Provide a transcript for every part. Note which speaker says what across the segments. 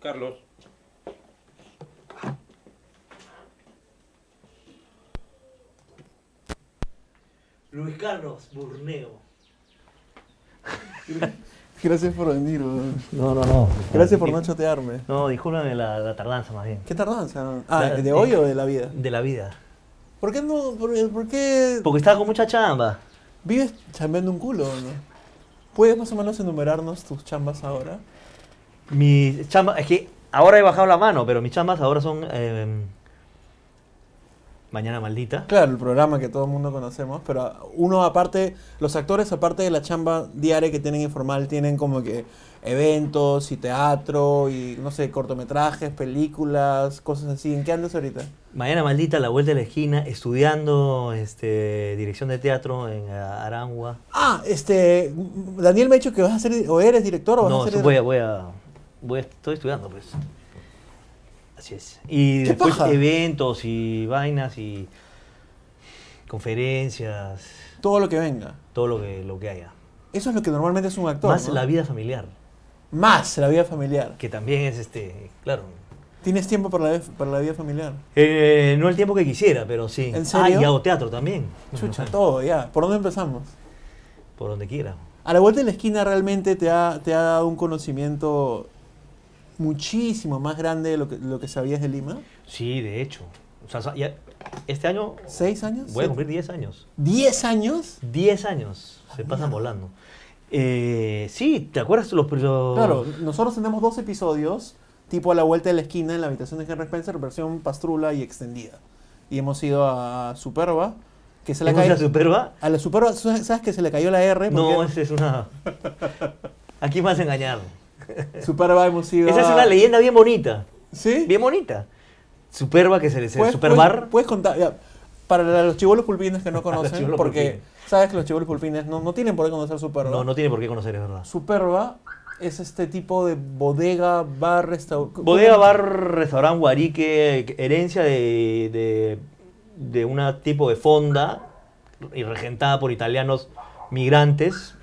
Speaker 1: Carlos.
Speaker 2: Luis Carlos Burneo.
Speaker 3: Gracias por venir, weón.
Speaker 2: No, no, no.
Speaker 3: Gracias por
Speaker 2: Di-
Speaker 3: no chotearme.
Speaker 2: No, discúlpame la, la tardanza más bien.
Speaker 3: ¿Qué tardanza? Ah,
Speaker 2: La-
Speaker 3: ¿de hoy o de la vida?
Speaker 2: De la vida.
Speaker 3: ¿Por qué no? ¿Por, por qué
Speaker 2: Porque estaba con mucha chamba.
Speaker 3: vives chambeando un culo, no? ¿Puedes más o menos enumerarnos tus chambas ahora?
Speaker 2: Mis chambas, es que ahora he bajado la mano, pero mis chambas ahora son eh, Mañana Maldita.
Speaker 3: Claro, el programa que todo el mundo conocemos, pero uno aparte, los actores aparte de la chamba diaria que tienen informal, tienen como que eventos y teatro y no sé, cortometrajes, películas, cosas así. ¿En qué andas ahorita?
Speaker 2: Mañana Maldita, La Vuelta de la Esquina, estudiando este, dirección de teatro en eh, Arangua.
Speaker 3: Ah, este, Daniel me ha dicho que vas a ser, o eres director o vas
Speaker 2: No,
Speaker 3: a ser...
Speaker 2: sí, voy a, voy a, voy a- estoy estudiando, pues. Así es. Y
Speaker 3: ¡Qué
Speaker 2: después
Speaker 3: paja!
Speaker 2: eventos y vainas y conferencias,
Speaker 3: Todo lo que venga.
Speaker 2: todo lo que, lo que haya.
Speaker 3: Eso es lo que normalmente es un actor.
Speaker 2: Más
Speaker 3: ¿no?
Speaker 2: la vida familiar,
Speaker 3: Más la vida familiar.
Speaker 2: que también es este, claro.
Speaker 3: ¿Tienes tiempo para la, para la vida familiar?
Speaker 2: Eh, no el tiempo que quisiera, pero sí.
Speaker 3: ¿En serio?
Speaker 2: Ah, y hago teatro también.
Speaker 3: Chucha, todo, ya. ¿Por dónde empezamos?
Speaker 2: Por donde quiera.
Speaker 3: A la vuelta de la esquina realmente te ha, te ha dado un conocimiento muchísimo más grande de lo que, lo que sabías de Lima.
Speaker 2: Sí, de hecho. O sea, ya- este año
Speaker 3: ¿Seis años?
Speaker 2: voy a
Speaker 3: ¿Siete?
Speaker 2: cumplir 10 años.
Speaker 3: ¿Diez años?
Speaker 2: 10 años, se pasan volando. Eh, sí, ¿te acuerdas los, los-
Speaker 3: Claro, nosotros tenemos dos episodios, tipo a la vuelta de la esquina en la habitación de Henry Spencer, versión pastrula y extendida. Y hemos ido a Superba, que se le
Speaker 2: ¿Hemos ido a
Speaker 3: cayó...
Speaker 2: Superba?
Speaker 3: A la Superba, ¿sabes que se le cayó la R?
Speaker 2: No,
Speaker 3: Porque
Speaker 2: esa es una... Aquí me has engañado.
Speaker 3: Superba hemos ido
Speaker 2: Esa es
Speaker 3: a-
Speaker 2: una leyenda bien bonita,
Speaker 3: ¿Sí? Pues,
Speaker 2: bien bonita. Superba que se le
Speaker 3: ¿Puedes-
Speaker 2: Superbar.
Speaker 3: Puedes, puedes contar, ya, para la- los chivolos pulpines que no
Speaker 2: Los
Speaker 3: conocen,
Speaker 2: chibolos
Speaker 3: porque
Speaker 2: pulpines.
Speaker 3: sabes que los chivolos pulpines no, no tienen por qué conocer Superba.
Speaker 2: No, no tiene por qué conocer, es verdad.
Speaker 3: Superba es este tipo de bodega, bar, restaurante.
Speaker 2: Bodega, bar, restaurante, guarique, herencia de, de, de una tipo de fonda y regentada por italianos migrantes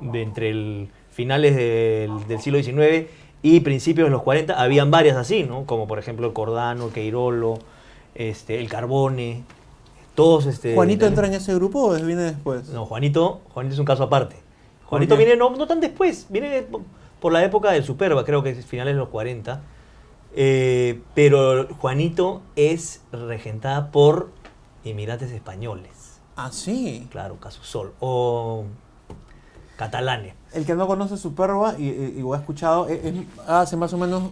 Speaker 2: de entre el finales del, del siglo XIX y principios de los 40. Habían varias así, ¿no? Como por ejemplo el Cordano, el Queirolo, este, el Carbone, todos este...
Speaker 3: ¿Juanito
Speaker 2: de-
Speaker 3: entra en ese grupo o viene después?
Speaker 2: No, Juanito, Juanito es un caso aparte. Juanito
Speaker 3: ¿Por qué?
Speaker 2: viene no, no tan después, viene de- por la época del Superba, creo que es finales de los 40. Eh, pero Juanito es regentada por inmigrantes españoles,
Speaker 3: Ah, sí.
Speaker 2: claro, Casusol, o catalanes.
Speaker 3: El que no conoce Superba y, y- y lo ha escuchado, es- es- hace más o menos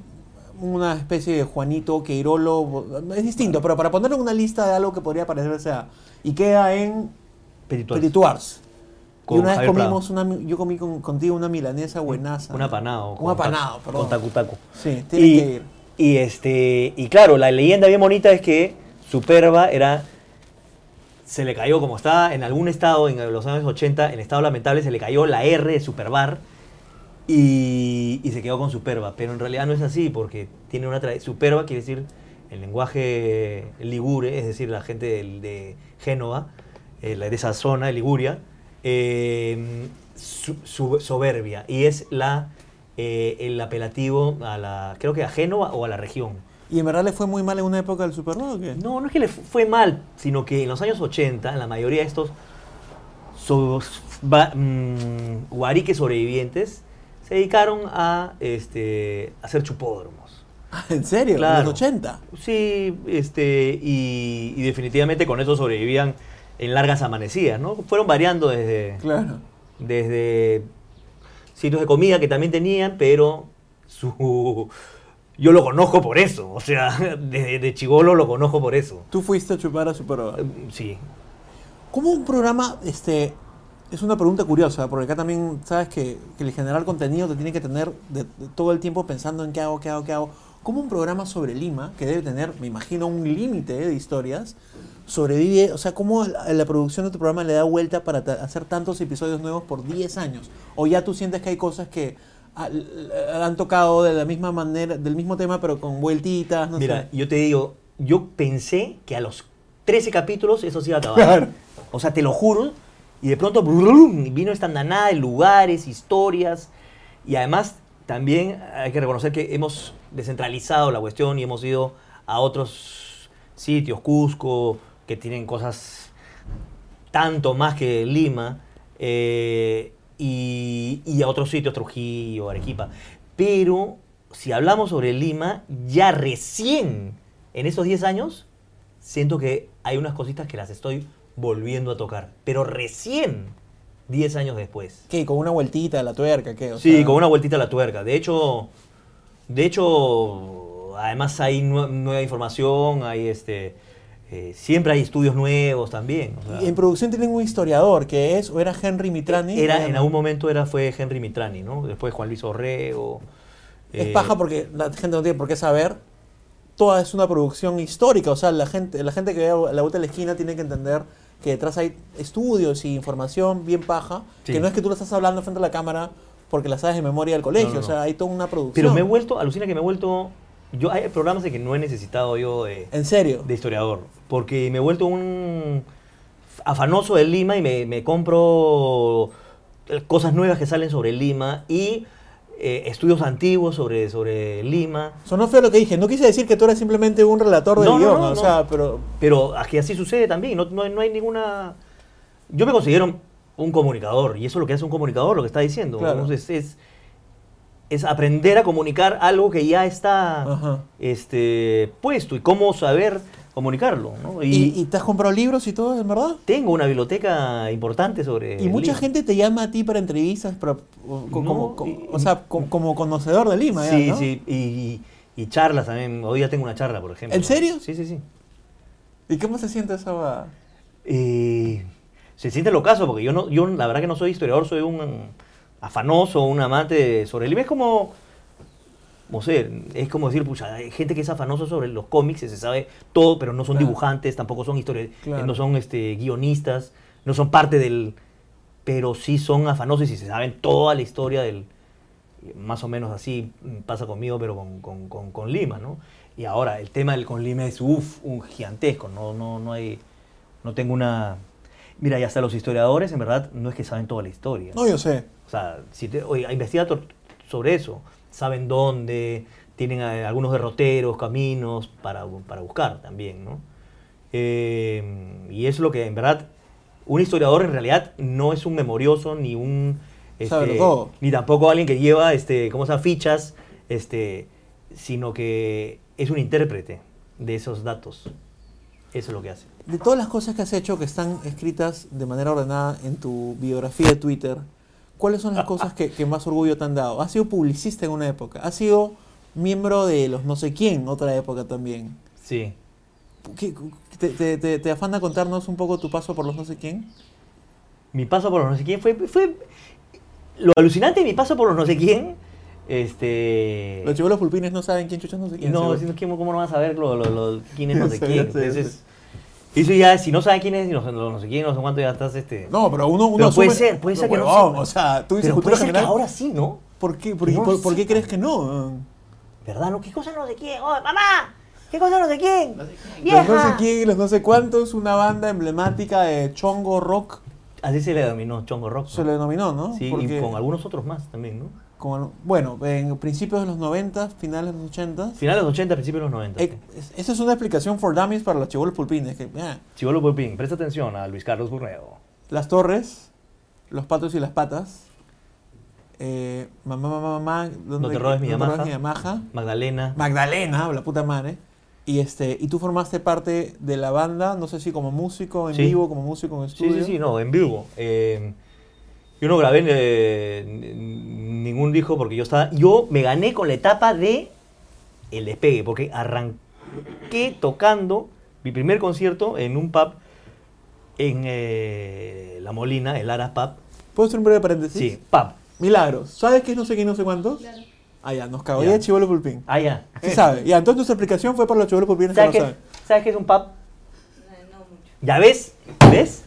Speaker 3: una especie de Juanito, Queirolo. bo- Es distinto, pero para ponerlo en una lista de algo que podría parecerse a. Y queda en
Speaker 2: Petituas.
Speaker 3: Petituars. Y
Speaker 2: Con
Speaker 3: una vez
Speaker 2: Javier Prado.
Speaker 3: comimos una, mi- yo comí con- contigo una milanesa buenaza.
Speaker 2: Un apanado.
Speaker 3: Un
Speaker 2: con ta-
Speaker 3: apanado, perdón.
Speaker 2: Con tacutaco.
Speaker 3: Sí, tiene
Speaker 2: y,
Speaker 3: que ir.
Speaker 2: Y, este, y claro, la leyenda bien bonita es que Superba era. Se le cayó, como estaba en algún estado en los años 80, en estado lamentable, se le cayó la R de Superbar y, y se quedó con Superba. Pero en realidad no es así, porque tiene una tra- Superba quiere decir el lenguaje ligure, es decir, la gente del- de, Génova, eh, la- de esa zona de Liguria, eh, su- su- soberbia. Y es la, eh, el apelativo a la, creo que a Génova o a la región.
Speaker 3: ¿Y en verdad le fue muy mal en una época del Super Bowl o qué?
Speaker 2: No, no es que le fu- fue mal, sino que en los años 80, en la mayoría de estos so- va- mm, guariques sobrevivientes se dedicaron a este, hacer chupódromos.
Speaker 3: Ah, ¿En serio? ¿En
Speaker 2: Claro.
Speaker 3: los 80?
Speaker 2: Sí, este, y, y definitivamente con eso sobrevivían en largas amanecidas, ¿no? Fueron variando desde,
Speaker 3: Claro.
Speaker 2: desde sitios de comida que también tenían, pero su... Yo lo conozco por eso, o sea, desde de chivolo lo conozco por eso.
Speaker 3: Tú fuiste a chupar a Super Bowl.
Speaker 2: Mm, Sí.
Speaker 3: ¿Cómo un programa, este, es una pregunta curiosa, porque acá también sabes que, que el generar contenido te tiene que tener de- de todo el tiempo pensando en qué hago, qué hago, qué hago. ¿Cómo un programa sobre Lima, que debe tener, me imagino, un límite de historias, sobrevive? O sea, ¿cómo la, la producción de tu programa le da vuelta para ta- hacer tantos episodios nuevos por 10 años? ¿O ya tú sientes que hay cosas que al- han tocado de la misma manera, del mismo tema, pero con vueltitas? No
Speaker 2: Mira,
Speaker 3: sé?
Speaker 2: yo te digo, yo pensé que a los 13 capítulos eso se iba a acabar. O sea, te lo juro. Y de pronto brum, vino esta andanada de lugares, historias. Y además también hay que reconocer que hemos descentralizado la cuestión y hemos ido a otros sitios, Cusco, que tienen cosas tanto más que Lima, eh, y, y a otros sitios, Trujillo, Arequipa. Pero si hablamos sobre Lima, ya recién en esos 10 años, siento que hay unas cositas que las estoy volviendo a tocar, pero recién 10 años después.
Speaker 3: ¿Qué? ¿Con una vueltita a la tuerca? ¿Qué? O
Speaker 2: Sí,
Speaker 3: sea,
Speaker 2: con una vueltita a la tuerca. De hecho, de hecho, además hay nue- nueva información, hay este, eh, siempre hay estudios nuevos también. o sea,
Speaker 3: y En producción tienen un historiador que es, o era Henry Mitrani.
Speaker 2: E-, era,
Speaker 3: ya
Speaker 2: en
Speaker 3: no.
Speaker 2: algún momento era, fue Henry Mitrani, ¿no? Después Juan Luis Orrego.
Speaker 3: Es
Speaker 2: eh,
Speaker 3: paja porque la gente no tiene por qué saber. Toda es una producción histórica. O sea, la gente, la gente que ve a la vuelta de la esquina tiene que entender que detrás hay estudios y información bien paja.
Speaker 2: Sí.
Speaker 3: Que no es que tú la estás hablando frente a la cámara porque la sabes de memoria del colegio.
Speaker 2: No, no,
Speaker 3: O sea,
Speaker 2: no.
Speaker 3: hay toda una producción.
Speaker 2: Pero me he vuelto, alucina que me he vuelto. Yo, hay programas de que no he necesitado yo de,
Speaker 3: En serio.
Speaker 2: de historiador, porque me he vuelto un afanoso de Lima y me, me compro cosas nuevas que salen sobre Lima y eh, estudios antiguos sobre, sobre Lima.
Speaker 3: Sonó feo lo que dije. No quise decir que tú eras simplemente un relator del
Speaker 2: No, no,
Speaker 3: idioma.
Speaker 2: no,
Speaker 3: o
Speaker 2: no.
Speaker 3: sea, pero.
Speaker 2: Pero aquí así sucede también, no, no, hay- no hay ninguna... Yo me considero un comunicador, y eso es lo que hace un comunicador, lo que está diciendo.
Speaker 3: Claro.
Speaker 2: Entonces, es, es aprender a comunicar algo que ya está
Speaker 3: Ajá.
Speaker 2: este, puesto y cómo saber comunicarlo. ¿no?
Speaker 3: ¿Y, y te has comprado libros y todo, en verdad?
Speaker 2: Tengo una biblioteca importante sobre.
Speaker 3: Y mucha
Speaker 2: Eh, Lima.
Speaker 3: gente te llama a ti para entrevistas, pero, o, co-
Speaker 2: No,
Speaker 3: como, co-
Speaker 2: y-
Speaker 3: o sea, co- como conocedor de Lima. ya,
Speaker 2: Sí,
Speaker 3: ¿no?
Speaker 2: sí. Y, y- y charlas también. Hoy ya tengo una charla, por ejemplo.
Speaker 3: ¿En serio?
Speaker 2: Sí, sí, sí.
Speaker 3: ¿Y cómo se siente esa va?
Speaker 2: Eh, se siente lo caso, porque yo, no, yo la verdad que no soy historiador, soy un afanoso, un amante de- sobre Lima. Es como. No sé, es como decir, pucha, hay gente que es afanoso sobre los cómics, y se sabe todo, pero no son
Speaker 3: Claro.
Speaker 2: dibujantes, tampoco son historiadores,
Speaker 3: Claro.
Speaker 2: no son este, guionistas, no son parte del. Pero sí son afanosos y se saben toda la historia del, más o menos así mm, pasa conmigo, pero con, con- con- con Lima, ¿no? Y ahora, el tema del con Lima es, uff, un gigantesco, no, no, no hay, no tengo una... Mira, y hasta los historiadores, en verdad, no es que saben toda la historia.
Speaker 3: No, yo sé.
Speaker 2: O sea, si te, oye, investiga to- sobre eso, saben dónde, tienen eh, algunos derroteros, caminos para, bu- para buscar también, ¿no? Eh, y es lo que, en verdad, un historiador en realidad no es un memorioso ni un... este,
Speaker 3: Sabe todo.
Speaker 2: Ni tampoco alguien que lleva, este, ¿cómo se llama? Fichas, este, sino que es un intérprete de esos datos. Eso es lo que hace.
Speaker 3: De todas las cosas que has hecho que están escritas de manera ordenada en tu biografía de Twitter, ¿cuáles son las cosas que, que más orgullo te han dado? Has sido publicista en una época, has sido miembro de los no sé quién otra época también.
Speaker 2: Sí.
Speaker 3: ¿Qué- te, te, te- te afana contarnos un poco tu paso por los no sé quién?
Speaker 2: mi paso por los no sé quién fue, fue lo alucinante de mi paso por los no sé quién. Este.
Speaker 3: Los chivolos pulpines no saben quién chuchas no sé quién.
Speaker 2: no,
Speaker 3: seguro.
Speaker 2: si no, ¿cómo cómo no van a saber lo- lo- lo- quién es no sé
Speaker 3: Sí,
Speaker 2: quién?
Speaker 3: sí, sí.
Speaker 2: Entonces, eso ya, si no saben quién es, y no, no- no sé quién, no sé cuánto, ya estás este.
Speaker 3: No, pero uno, uno
Speaker 2: Pero puede
Speaker 3: asume-
Speaker 2: ser, puede ser que
Speaker 3: Pero
Speaker 2: no
Speaker 3: huevón,
Speaker 2: sepa.
Speaker 3: O sea, tú dices
Speaker 2: Pero
Speaker 3: cultura
Speaker 2: puede ser que
Speaker 3: general.
Speaker 2: ahora sí, ¿no?
Speaker 3: ¿Por qué, por,
Speaker 2: Que no
Speaker 3: por-
Speaker 2: lo
Speaker 3: por qué
Speaker 2: sepan.
Speaker 3: crees que no?
Speaker 2: ¿Verdad? No, ¿qué cosa no sé quién? ¡Oh, mamá! ¿Qué cosa no sé quién?
Speaker 3: Los no sé
Speaker 2: ¡Vieja!
Speaker 3: quién, los no sé cuántos, una banda emblemática de chongo rock
Speaker 2: Así se le denominó Chongo Rock.
Speaker 3: se le denominó, ¿no?
Speaker 2: Sí,
Speaker 3: Porque
Speaker 2: y con algunos otros más también, ¿no?
Speaker 3: con- bueno, en principios de los 90, finales de los 80.
Speaker 2: Finales de los 80, principios de los 90.
Speaker 3: Eh, es- esa es una explicación for dummies para los chivolos pulpines. Que, ah,
Speaker 2: Chivolo Popín, presta atención a Luis Carlos Borrego.
Speaker 3: las torres, los patos y las patas. eh, mamá, mamá, mamá. ¿dónde-
Speaker 2: te robes mi Yamaha.
Speaker 3: robes mi Yamaha.
Speaker 2: Magdalena.
Speaker 3: Magdalena, la puta madre. Y, este, y tú formaste parte de la banda, no sé si como músico en
Speaker 2: Sí.
Speaker 3: vivo, como músico en
Speaker 2: Sí,
Speaker 3: estudio.
Speaker 2: sí, sí, no, en vivo. Eh, yo no grabé eh, n- ningún disco porque yo estaba. Yo me gané con la etapa de el despegue, porque arranqué tocando mi primer concierto en un pub en eh, La Molina, el Aras Pub.
Speaker 3: ¿Puedo hacer un breve paréntesis?
Speaker 2: Sí, pub.
Speaker 3: Milagros. ¿Sabes qué es no sé qué y no sé cuántos? Ah, ya, nos cagó.
Speaker 2: Ya.
Speaker 3: Ya, Chivolo Pulpín.
Speaker 2: Ah, ya.
Speaker 3: Sí sabe. Ya, entonces tu explicación fue para los Chivolos Pulpines que
Speaker 2: ¿Sabes
Speaker 3: no
Speaker 2: qué,
Speaker 3: saben.
Speaker 2: ¿Sabes qué es un pub?
Speaker 1: Eh, No mucho.
Speaker 2: ¿Ya ves? ¿Ves?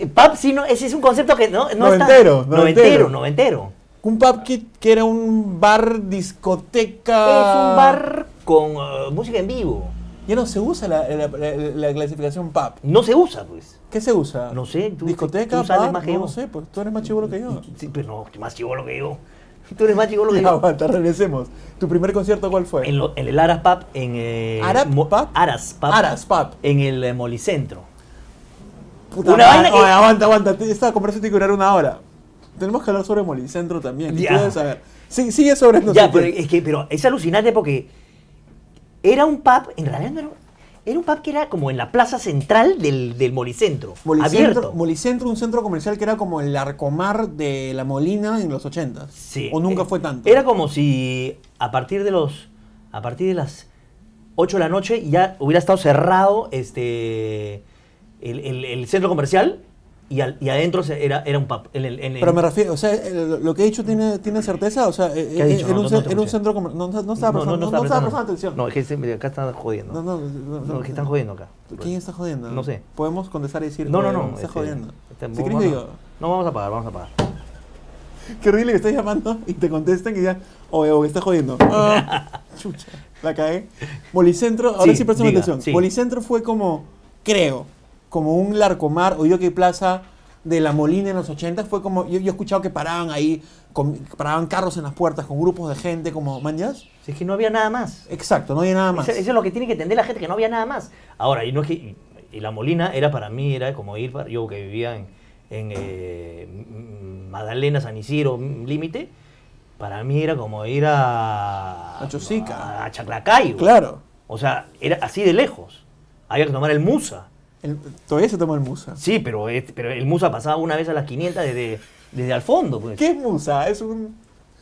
Speaker 2: Eh, Pub, sí, no, ese es un concepto que no, no está-
Speaker 3: Noventero,
Speaker 2: noventero,
Speaker 3: noventero.
Speaker 2: noventero.
Speaker 3: Un pub que, que era un bar, discoteca...
Speaker 2: Es un bar con eh, música en vivo.
Speaker 3: Ya no se usa la, la- la- la clasificación pub.
Speaker 2: No se usa, pues.
Speaker 3: ¿Qué se usa?
Speaker 2: No sé, tú-
Speaker 3: ¿Discoteca?
Speaker 2: tú sabes
Speaker 3: pub?
Speaker 2: más que
Speaker 3: no
Speaker 2: yo.
Speaker 3: sé, pues tú eres más chivolo que yo.
Speaker 2: Sí, pero no, más chivolo que yo. Tú eres más chivolo que yo.
Speaker 3: Ya, aguanta, regresemos. ¿Tu primer concierto cuál fue?
Speaker 2: En, lo- en el Aras Pub, en eh,
Speaker 3: ¿Arap
Speaker 2: Mo-
Speaker 3: Pub?
Speaker 2: Aras Pub,
Speaker 3: Aras Pub.
Speaker 2: en el eh, Molicentro.
Speaker 3: Puta
Speaker 2: Una
Speaker 3: madre.
Speaker 2: vaina que-
Speaker 3: Oye, aguanta, aguanta. te- Esta conversación tiene que durar una hora. Tenemos que hablar sobre Molicentro también. y
Speaker 2: Ya.
Speaker 3: Tú debes saber. Sí, sigue sobre no
Speaker 2: ya,
Speaker 3: sé
Speaker 2: pero
Speaker 3: qué.
Speaker 2: es que pero es alucinante porque era un pub, en realidad no era, era un pub que era como en la plaza central del, del Molicentro, abierto.
Speaker 3: Molicentro, Molicentro, un centro comercial que era como el arcomar de la Molina en los 80.
Speaker 2: Sí,
Speaker 3: O nunca
Speaker 2: eh,
Speaker 3: fue tanto.
Speaker 2: Era como si a partir de los a partir de las 8 de la noche ya hubiera estado cerrado este el, el- el centro comercial y, al- y adentro se- era, era un pub. en el- en el-
Speaker 3: Pero me refiero, o sea, el- lo que he dicho tiene, tiene certeza, o sea, eh,
Speaker 2: ¿Qué ha
Speaker 3: eh,
Speaker 2: dicho?
Speaker 3: era,
Speaker 2: No,
Speaker 3: un,
Speaker 2: no,
Speaker 3: ce-
Speaker 2: no te
Speaker 3: era un
Speaker 2: escuché.
Speaker 3: centro comercial, no, no, no estaba prestando, no, no estaba prestando atención.
Speaker 2: No, es que se- acá están jodiendo.
Speaker 3: No, no, no, no.
Speaker 2: No, es que están jodiendo acá.
Speaker 3: ¿Quién está jodiendo?
Speaker 2: No sé.
Speaker 3: Podemos contestar y decir,
Speaker 2: No, no,
Speaker 3: "Oye,
Speaker 2: no.
Speaker 3: está
Speaker 2: este,
Speaker 3: jodiendo.
Speaker 2: este,
Speaker 3: si querés
Speaker 2: vamos a-
Speaker 3: digo,
Speaker 2: No, vamos a pagar, vamos a pagar.
Speaker 3: qué horrible que estás llamando y te contestan y digan, oye, oye, está jodiendo. Ah, chucha, la cagué. Molicentro, ahora
Speaker 2: Sí,
Speaker 3: sí, prestame
Speaker 2: diga,
Speaker 3: atención.
Speaker 2: sí.
Speaker 3: Molicentro fue como, creo, como un larcomar o yo que plaza de la Molina en los 80 fue como, yo, yo he escuchado que paraban ahí, con- paraban carros en las puertas con grupos de gente como, manjas.
Speaker 2: Si es que no había nada más.
Speaker 3: Exacto, no hay nada más.
Speaker 2: Eso, eso es lo que tiene que entender la gente, que no había nada más. Ahora, y no es que. Y, y la Molina era para mí, era como ir para. Yo que vivía en, en eh, M- Magdalena, San Isidro, M- límite. Para mí era como ir a.
Speaker 3: A Chosica.
Speaker 2: A, a Chaclacayo.
Speaker 3: Claro.
Speaker 2: O sea, era así de lejos. Había que tomar el Musa.
Speaker 3: El- todavía se toma el Musa.
Speaker 2: Sí, pero, es- pero el Musa pasaba una vez a las 500 desde, desde al fondo. Pues.
Speaker 3: ¿Qué es Musa? Es un...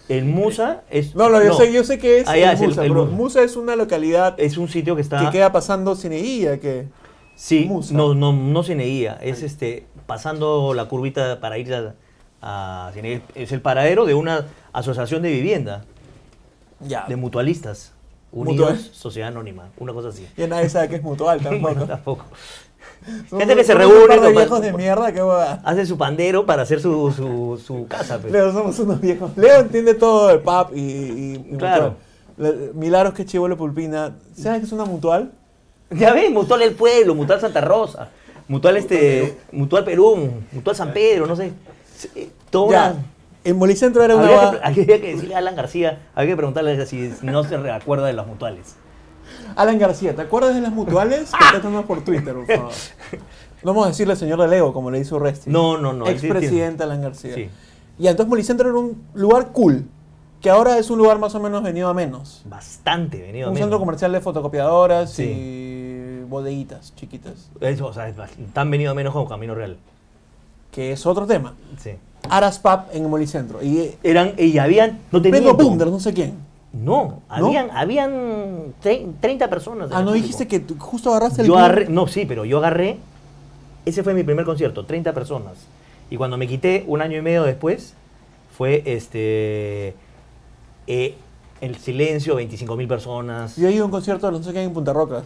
Speaker 2: El Musa es.
Speaker 3: No, no, yo, Sé, yo sé que es
Speaker 2: Ah,
Speaker 3: el
Speaker 2: ya, es el-
Speaker 3: Musa,
Speaker 2: el
Speaker 3: pero
Speaker 2: Musa.
Speaker 3: Musa es una localidad
Speaker 2: Es un sitio que está.
Speaker 3: que queda pasando Cineguía, que...
Speaker 2: Sí,
Speaker 3: Musa.
Speaker 2: no, no, no Cineguía, es este, pasando la curvita para ir a, a Cineguía. Es el paradero de una asociación de vivienda,
Speaker 3: Ya.
Speaker 2: de mutualistas, unidos,
Speaker 3: Ah. Mutual.
Speaker 2: Sociedad Anónima, una cosa así.
Speaker 3: Ya nadie sabe que es mutual tampoco.
Speaker 2: Tampoco.
Speaker 3: Son
Speaker 2: Gente que
Speaker 3: un-
Speaker 2: se
Speaker 3: son
Speaker 2: reúne pues.
Speaker 3: Un par de
Speaker 2: con-
Speaker 3: viejos de mierda que va...
Speaker 2: Hacen su pandero para hacer su, su, su casa. pues.
Speaker 3: Leo, somos unos viejos. Leo entiende todo el pub y... y- y
Speaker 2: Claro.
Speaker 3: mutual. La- Milagros que chivolo pulpina. ¿Sabes que es una mutual?
Speaker 2: Ya ves, Mutual El Pueblo, Mutual Santa Rosa, Mutual, este, Mutual Perú, Mutual San Pedro, no sé. Sí, Toda
Speaker 3: ya.
Speaker 2: una-
Speaker 3: En Molicentro era una...
Speaker 2: Habría
Speaker 3: va-
Speaker 2: que, habría que decirle a Alan García, hay que preguntarle si no se recuerda de las mutuales.
Speaker 3: Alan García, ¿te acuerdas de las mutuales? Contáctanos por Twitter, por favor. No vamos a decirle señor de Leo, como le hizo Resti.
Speaker 2: No, no, no. él sí tiene-
Speaker 3: Expresidente Alan García.
Speaker 2: Sí.
Speaker 3: Y entonces Molicentro era un lugar cool, que ahora es un lugar más o menos venido a menos.
Speaker 2: Bastante venido.
Speaker 3: un
Speaker 2: menos.
Speaker 3: centro comercial de fotocopiadoras
Speaker 2: Sí.
Speaker 3: y bodeguitas chiquitas,
Speaker 2: Eso, o sea, es bast- tan venido menos como Camino Real.
Speaker 3: que es otro tema.
Speaker 2: Sí.
Speaker 3: Aras Pub en Molicentro. Y eh,
Speaker 2: Eran, y habían, no te
Speaker 3: Pedro
Speaker 2: miento,
Speaker 3: Punders, no sé quién.
Speaker 2: No, habían, habían tre- 30 personas. en
Speaker 3: Ah,
Speaker 2: el
Speaker 3: ¿no
Speaker 2: público.
Speaker 3: dijiste que tú justo agarraste el
Speaker 2: Yo
Speaker 3: club?
Speaker 2: agarré, no, sí, pero yo agarré, ese fue mi primer concierto, 30 personas. Y cuando me quité, un año y medio después, fue este... eh, el silencio, 25 mil personas.
Speaker 3: Yo he ido a un concierto de los no sé quién en Punta Rocas.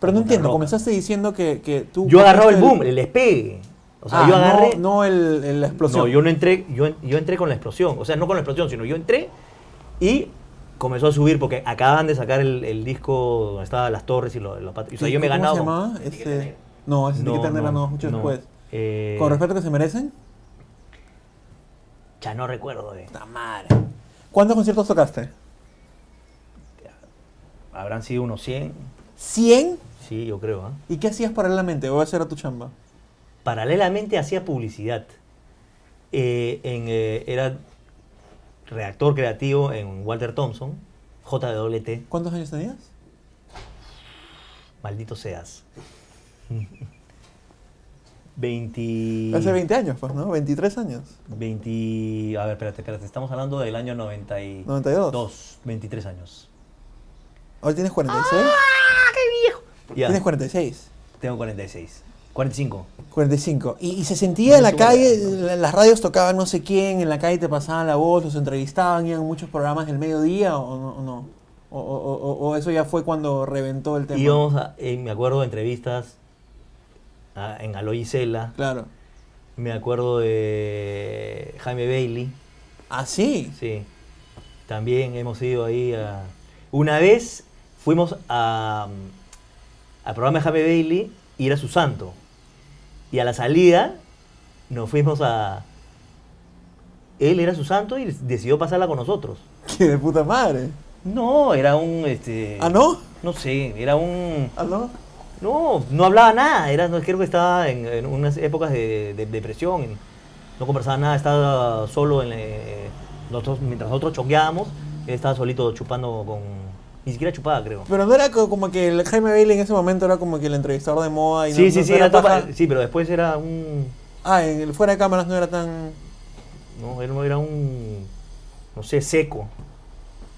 Speaker 3: Pero no
Speaker 2: Punta
Speaker 3: entiendo,
Speaker 2: Roca.
Speaker 3: comenzaste diciendo que, que tú...
Speaker 2: Yo agarraba el
Speaker 3: compraste
Speaker 2: boom, el despegue. O sea,
Speaker 3: Ah,
Speaker 2: yo agarré...
Speaker 3: No, no el, el- la explosión.
Speaker 2: No, yo no entré, yo, en- yo entré con la explosión. O sea, no con la explosión, sino yo entré y comenzó a subir porque acababan de sacar el, el disco donde estaban las torres y los, los pat- O sea,
Speaker 3: ¿Y
Speaker 2: yo me he
Speaker 3: ¿cómo
Speaker 2: ganado.
Speaker 3: se
Speaker 2: con-
Speaker 3: llamaba? Este... No, ese
Speaker 2: No,
Speaker 3: etiqueta negra
Speaker 2: no,
Speaker 3: no, mucho
Speaker 2: no.
Speaker 3: después.
Speaker 2: Eh,
Speaker 3: ¿Con respeto que se merecen?
Speaker 2: Ya no recuerdo. eh.
Speaker 3: ¡Puta madre! ¿Cuántos conciertos tocaste?
Speaker 2: Habrán sido unos 100.
Speaker 3: ¿100?
Speaker 2: Sí, yo creo. ¿ah?
Speaker 3: ¿Y qué hacías paralelamente? Voy a hacer a tu chamba.
Speaker 2: Paralelamente hacía publicidad. Eh, en, eh, era redactor creativo en Walter Thompson, JWT,
Speaker 3: ¿Cuántos años tenías?
Speaker 2: maldito seas. 20...
Speaker 3: Hace 20 años, pues, ¿no? 23 años.
Speaker 2: 20. A ver, espérate, espérate. Estamos hablando del año 92.
Speaker 3: 92.
Speaker 2: 23 años.
Speaker 3: Ahora tienes 46.
Speaker 2: Ah. Ya.
Speaker 3: Tienes 46.
Speaker 2: Tengo 46. 45.
Speaker 3: 45. Y, y se sentía en la calle, la- las radios tocaban no sé quién, en la calle te pasaban la voz, los entrevistaban, iban a muchos programas del mediodía o no. O, no? O, o- o- o eso ya fue cuando reventó el tema.
Speaker 2: Y íbamos a- eh, me acuerdo de entrevistas ah, en Aloy Sela.
Speaker 3: Claro.
Speaker 2: Me acuerdo de Jaime Bailey.
Speaker 3: Ah, sí.
Speaker 2: Sí. También hemos ido ahí a. Una vez fuimos a mm, al programa de Jaime Bailey y era su santo. Y a la salida nos fuimos a él era su santo y decidió pasarla con nosotros.
Speaker 3: ¡Qué de puta madre!
Speaker 2: No, era un este.
Speaker 3: ¿Ah, no?
Speaker 2: No sé, era un.
Speaker 3: ¿Ah, no?
Speaker 2: No, no hablaba nada. Era, no, creo que estaba en, en unas épocas de, de depresión. en- no conversaba nada, estaba solo. En, la- eh, nosotros, mientras nosotros choqueábamos, él estaba solito chupando con. Ni siquiera chupaba, creo.
Speaker 3: Pero no era co- como que el Jaime Bailey en ese momento era como que el entrevistador de moda y no-
Speaker 2: Sí,
Speaker 3: no,
Speaker 2: sí, sí,
Speaker 3: era
Speaker 2: era tapa-
Speaker 3: paja.
Speaker 2: sí, pero después era un.
Speaker 3: Ah, en el fuera de cámaras no era tan.
Speaker 2: No, él no era un. No sé, seco.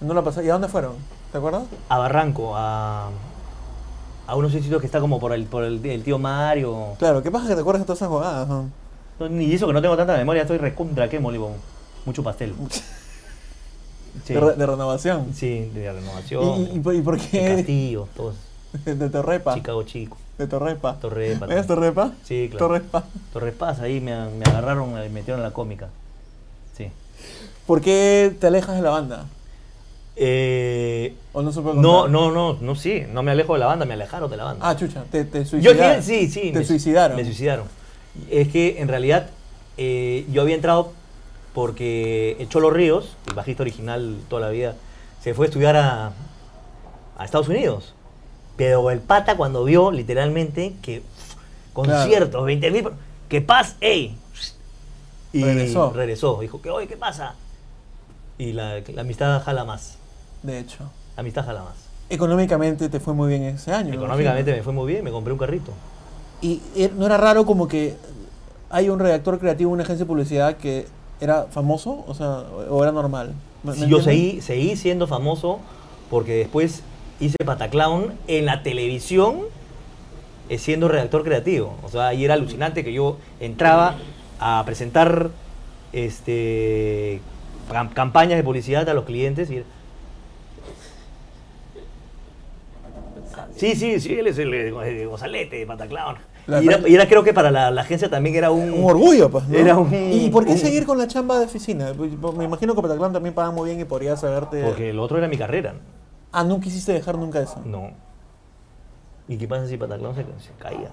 Speaker 3: No la pasaba. ¿Y a dónde fueron? ¿Te acuerdas?
Speaker 2: A Barranco, a. A unos sitios que está como por el, por el, el tío Mario.
Speaker 3: Claro, ¿qué pasa que te acuerdas de todas esas jugadas? no?
Speaker 2: No, Ni eso que no tengo tanta memoria, estoy recontra que molibón. Mucho pastel. Sí,
Speaker 3: De, re- de renovación.
Speaker 2: sí, de renovación.
Speaker 3: ¿Y, y- y por, y por
Speaker 2: de
Speaker 3: qué?
Speaker 2: Castillo, todos.
Speaker 3: De, Torrepa.
Speaker 2: Chicago Chico.
Speaker 3: De Torrepa.
Speaker 2: Torrepa.
Speaker 3: ¿Eres Torrepa?
Speaker 2: Sí, claro.
Speaker 3: Torrepa.
Speaker 2: Torres Paz, ahí me, me agarraron, me metieron en la cómica. Sí.
Speaker 3: ¿Por qué te alejas de la banda?
Speaker 2: Eh,
Speaker 3: ¿O no supe
Speaker 2: no,
Speaker 3: contar?
Speaker 2: no, no, no, sí. No me alejo de la banda, me alejaron de la banda.
Speaker 3: Ah, chucha, te, te
Speaker 2: Yo
Speaker 3: suicidaron.
Speaker 2: sí, sí, sí,
Speaker 3: Te
Speaker 2: me-
Speaker 3: suicidaron.
Speaker 2: Me suicidaron. Es que en realidad eh, yo había entrado porque el Cholo Ríos, el bajista original toda la vida, se fue a estudiar a, a Estados Unidos. Pero el pata cuando vio literalmente que pff, conciertos, 20 mil, que paz, ey. Y
Speaker 3: Regresó.
Speaker 2: regresó. Dijo que, oye, ¿qué pasa? Y la, la amistad jala más.
Speaker 3: De hecho.
Speaker 2: La amistad jala más.
Speaker 3: Económicamente te fue muy bien ese año. me
Speaker 2: Económicamente me fue muy bien, me compré un carrito.
Speaker 3: Y er- no era raro como que hay un redactor creativo en una agencia de publicidad que era famoso, o sea, o o era normal. ¿Me-
Speaker 2: Sí,
Speaker 3: me
Speaker 2: yo
Speaker 3: entiendes?
Speaker 2: seguí, seguí siendo famoso porque después hice Pataclown en la televisión eh, siendo redactor creativo. O sea, y era alucinante que yo entraba a presentar este cam- campañas de publicidad a los clientes y Sí, sí, sí, él es el, eh, Gonzalete de Pataclown.
Speaker 3: La-
Speaker 2: Y era, y era creo que para la, la agencia también era un...
Speaker 3: Un orgullo, pues. ¿no?
Speaker 2: Era un-
Speaker 3: ¿Y por qué
Speaker 2: un-
Speaker 3: seguir con la chamba de oficina? Pues, pues, Me imagino que Pataclan también paga muy bien y podrías haberte.
Speaker 2: Porque el otro era mi carrera.
Speaker 3: Ah, no quisiste dejar nunca eso.
Speaker 2: No. ¿Y qué pasa si Pataclón se, se caía?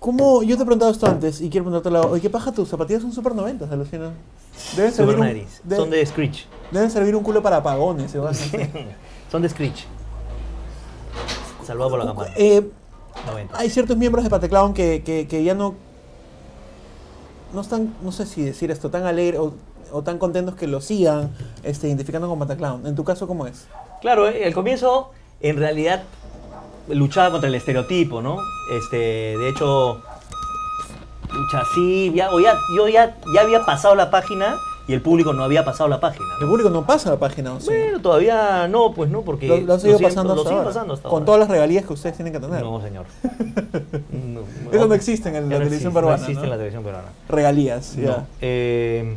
Speaker 3: ¿Cómo? Yo te he preguntado esto antes y quiero preguntarte la. Oye, ¿qué paja tus zapatillas son super 90, alucina? Deben
Speaker 2: Super
Speaker 3: servir, un,
Speaker 2: Nighties.
Speaker 3: de-
Speaker 2: Son de Screech.
Speaker 3: deben servir un culo para apagones, Iván.
Speaker 2: Son de Screech. Salvado por la campana.
Speaker 3: eh,
Speaker 2: 90.
Speaker 3: hay ciertos miembros de Pateclown que, que, que ya no. No están, no sé si decir esto, tan alegres o, o tan contentos que lo sigan este, identificando con Pataclown. En tu caso, ¿cómo es?
Speaker 2: Claro, eh, al comienzo, en realidad, luchaba contra el estereotipo, ¿no? Este, de hecho, lucha así. Ya, o ya, yo ya, ya había pasado la página y el público no había pasado la página.
Speaker 3: El
Speaker 2: ¿no?
Speaker 3: público no pasa la página, ¿o sí?
Speaker 2: Bueno, todavía no, pues no, porque
Speaker 3: lo, lo han seguido
Speaker 2: siguen-
Speaker 3: pasando,
Speaker 2: lo
Speaker 3: hasta
Speaker 2: siguen
Speaker 3: ahora,
Speaker 2: pasando hasta
Speaker 3: Con
Speaker 2: ahora.
Speaker 3: todas las regalías que ustedes tienen que tener.
Speaker 2: No, señor. No,
Speaker 3: Eso no existe en la
Speaker 2: no
Speaker 3: televisión
Speaker 2: existe,
Speaker 3: peruana,
Speaker 2: No existe
Speaker 3: ¿no? ah.
Speaker 2: en la televisión peruana.
Speaker 3: Regalías,
Speaker 2: No.
Speaker 3: ya.
Speaker 2: Eh,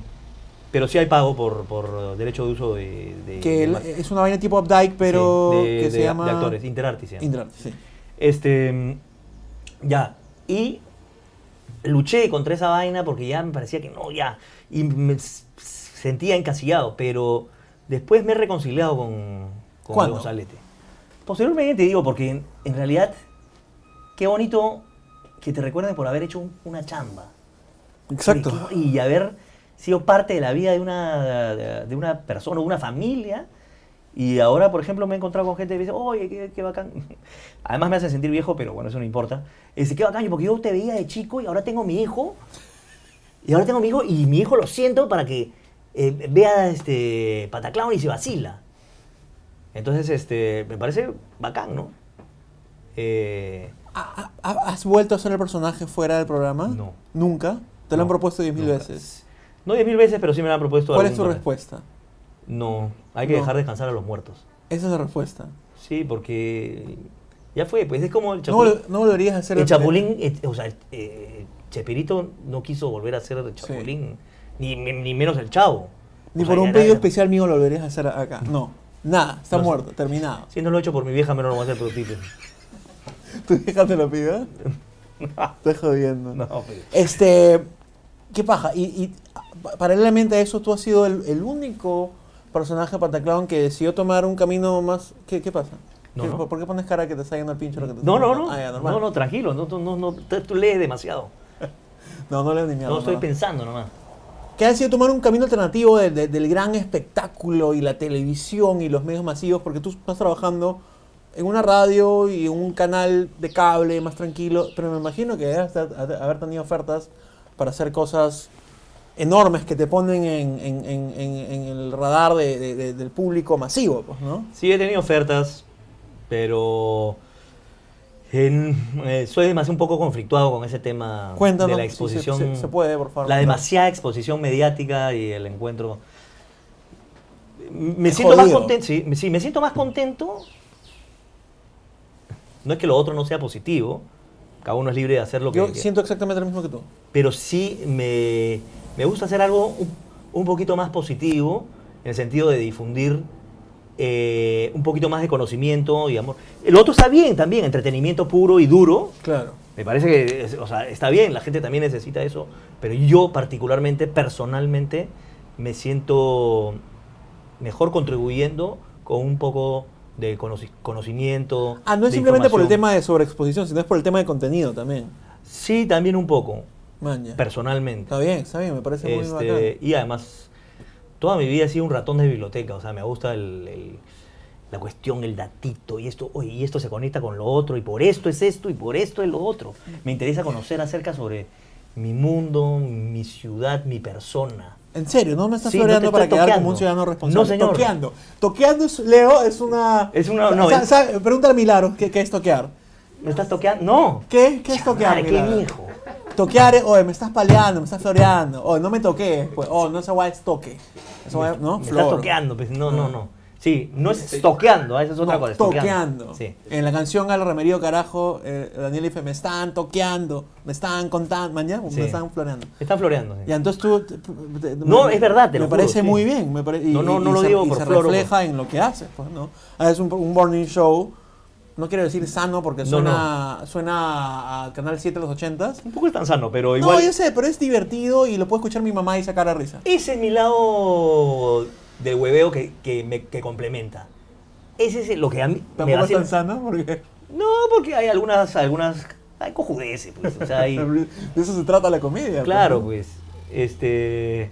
Speaker 2: pero sí hay pago por, por derecho de uso de. de-
Speaker 3: Que
Speaker 2: de
Speaker 3: el-
Speaker 2: marca.
Speaker 3: es una vaina tipo Updike, pero
Speaker 2: Sí, de-
Speaker 3: que
Speaker 2: de-
Speaker 3: se
Speaker 2: de
Speaker 3: llama.
Speaker 2: actores, Interartis se llama.
Speaker 3: Indra, sí.
Speaker 2: Este. mm, Ya. Y luché contra esa vaina porque ya me parecía que no, ya. Y me s- sentía encasillado, pero después me he reconciliado con, con
Speaker 3: ¿Cuándo?
Speaker 2: Gonzalete. Posteriormente digo, porque en, en realidad, qué bonito que te recuerden por haber hecho un- una chamba.
Speaker 3: Exacto.
Speaker 2: Y, y haber sido parte de la vida de una, de una persona, de una familia. Y ahora, por ejemplo, me he encontrado con gente que me dice, oye, qué, qué bacán. Además me hace sentir viejo, pero bueno, eso no importa. Dice, qué bacán, porque yo te veía de chico y ahora tengo mi hijo. Y ahora tengo mi hijo y mi hijo lo siento para que eh, vea este Pataclown y se vacila. Entonces, este, me parece bacán, ¿no? Eh,
Speaker 3: ¿Ha- ha- ¿Has vuelto a ser el personaje fuera del programa?
Speaker 2: No.
Speaker 3: ¿Nunca? Te lo han
Speaker 2: No,
Speaker 3: propuesto 10.000
Speaker 2: nunca.
Speaker 3: veces.
Speaker 2: no diez mil veces, pero sí me lo han propuesto.
Speaker 3: ¿Cuál es tu
Speaker 2: algunas.
Speaker 3: respuesta?
Speaker 2: No, hay que
Speaker 3: No.
Speaker 2: dejar descansar a los muertos.
Speaker 3: Esa es la respuesta.
Speaker 2: Sí, porque ya fue, pues es como el
Speaker 3: No,
Speaker 2: Chapulín.
Speaker 3: vol- no volverías a hacer
Speaker 2: el Chapulín, eh, o sea, el- eh, Chepirito no quiso volver a ser el Chapulín, ni, ni- ni menos el Chavo.
Speaker 3: Ni
Speaker 2: O sea,
Speaker 3: por un
Speaker 2: era-
Speaker 3: pedido especial mío lo volverías a hacer acá. No. Nada, está
Speaker 2: No sé.
Speaker 3: muerto, terminado.
Speaker 2: Si no lo he hecho por mi vieja, menos lo voy a hacer por ti. pues.
Speaker 3: ¿Tu hija te lo pidió? Estás jodiendo.
Speaker 2: No, pues.
Speaker 3: Este, ¿qué paja? Y, y pa- paralelamente a eso, tú has sido el, el único personaje de Pataclown que decidió tomar un camino más... ¿Qué, qué pasa?
Speaker 2: No,
Speaker 3: ¿Qué-
Speaker 2: no.
Speaker 3: ¿Por, por qué pones cara que te está yendo el pincho? lo que te
Speaker 2: No,
Speaker 3: está
Speaker 2: no,
Speaker 3: contando?
Speaker 2: no.
Speaker 3: Ah, ya, normal.
Speaker 2: no, no, tranquilo. No, tú- no, no, tú tú lees demasiado.
Speaker 3: No, no leo ni mierda.
Speaker 2: No estoy
Speaker 3: ¿no?
Speaker 2: pensando nomás.
Speaker 3: que ha decidido tomar un camino alternativo de- de- del gran espectáculo y la televisión y los medios masivos, porque tú estás trabajando en una radio y en un canal de cable más tranquilo, pero me imagino que debes de haber tenido ofertas para hacer cosas enormes que te ponen en, en- en- en- en el radar de- de- de- del público masivo, pues, ¿no?
Speaker 2: Sí, he tenido ofertas, pero en- eh, soy demasiado un poco conflictuado con ese tema
Speaker 3: Cuéntanos.
Speaker 2: de la
Speaker 3: si se-
Speaker 2: exposición.
Speaker 3: se, se puede, por favor.
Speaker 2: La demasiada exposición mediática y el encuentro. Me
Speaker 3: Es
Speaker 2: siento más
Speaker 3: jodido.
Speaker 2: contento. Sí, sí, me siento más contento. No es que lo otro no sea positivo. Cada uno es libre de hacer lo que
Speaker 3: Yo
Speaker 2: que-
Speaker 3: siento exactamente lo mismo que tú.
Speaker 2: pero sí me, me gusta hacer algo un, un poquito más positivo, en el sentido de difundir eh, un poquito más de conocimiento y amor. El otro está bien también, entretenimiento puro y duro.
Speaker 3: Claro.
Speaker 2: Me parece que es- o sea, está bien, la gente también necesita eso, pero yo particularmente, personalmente, me siento mejor contribuyendo con un poco de conoci- conocimiento.
Speaker 3: Ah, no es
Speaker 2: de
Speaker 3: simplemente por el
Speaker 2: información.
Speaker 3: tema de sobreexposición, sino es por el tema de contenido también.
Speaker 2: Sí, también un poco,
Speaker 3: Man, ya.
Speaker 2: personalmente.
Speaker 3: Está bien, está bien, me parece muy
Speaker 2: Este,
Speaker 3: bacán.
Speaker 2: y además, toda mi vida he sido un ratón de biblioteca. O sea, me gusta el- el- la cuestión, el datito, y esto, oye, y esto se conecta con lo otro, y por esto es esto, y por esto es lo otro. Me interesa conocer acerca sobre mi mundo, mi ciudad, mi persona.
Speaker 3: En serio, no me estás
Speaker 2: Sí, no te
Speaker 3: floreando
Speaker 2: estoy
Speaker 3: para quedar como
Speaker 2: toqueando.
Speaker 3: un ciudadano responsable.
Speaker 2: No, señor.
Speaker 3: Toqueando. Toqueando, es, Leo, es una...
Speaker 2: Es una- no,
Speaker 3: Sa-
Speaker 2: es-
Speaker 3: sa- Pregúntale a Milaro, ¿qué, qué es toquear?
Speaker 2: ¿Me estás toqueando? ¡No!
Speaker 3: ¿Qué, qué es toquear,
Speaker 2: Madre,
Speaker 3: Milagro?
Speaker 2: ¡Qué hijo!
Speaker 3: Toquear es, oye, me estás paleando, me estás floreando. Oye, no me toques. Pues, oh, no, esa guay es toque. Esa guay, ¿no?
Speaker 2: Me
Speaker 3: Flor.
Speaker 2: estás toqueando. pues, no, no, no. Sí, no es toqueando, ah, esa es otra
Speaker 3: No,
Speaker 2: cosa. es
Speaker 3: toqueando.
Speaker 2: Sí.
Speaker 3: En la canción al remerío carajo, eh, Daniel dice, me están toqueando, me están contando, mañana
Speaker 2: Sí.
Speaker 3: me están floreando.
Speaker 2: Están floreando. sí.
Speaker 3: Y entonces tú... te- te-
Speaker 2: No,
Speaker 3: me-
Speaker 2: es verdad, te
Speaker 3: Me
Speaker 2: lo juro,
Speaker 3: parece
Speaker 2: sí.
Speaker 3: muy bien. Me pare- y,
Speaker 2: No, no,
Speaker 3: y-
Speaker 2: no
Speaker 3: y
Speaker 2: lo
Speaker 3: se,
Speaker 2: digo
Speaker 3: y
Speaker 2: por
Speaker 3: se
Speaker 2: flor o por-
Speaker 3: refleja en lo que haces, pues, ¿no? Haces un, un morning show, no quiero decir sano porque
Speaker 2: No,
Speaker 3: suena, suena a Canal 7 de los 80s.
Speaker 2: Un poco es tan sano, pero igual...
Speaker 3: No, yo sé, pero es divertido y lo puede escuchar mi mamá y sacar a risa.
Speaker 2: Ese es mi lado del hueveo que, que me que complementa. Ese es lo que a mí me
Speaker 3: Tampoco es
Speaker 2: hace...
Speaker 3: tan sano porque...
Speaker 2: No, porque hay algunas... algunas hay cojudeces, pues. O sea, hay-
Speaker 3: De eso se trata la comedia. pues,
Speaker 2: claro,
Speaker 3: ¿no?
Speaker 2: pues. Este,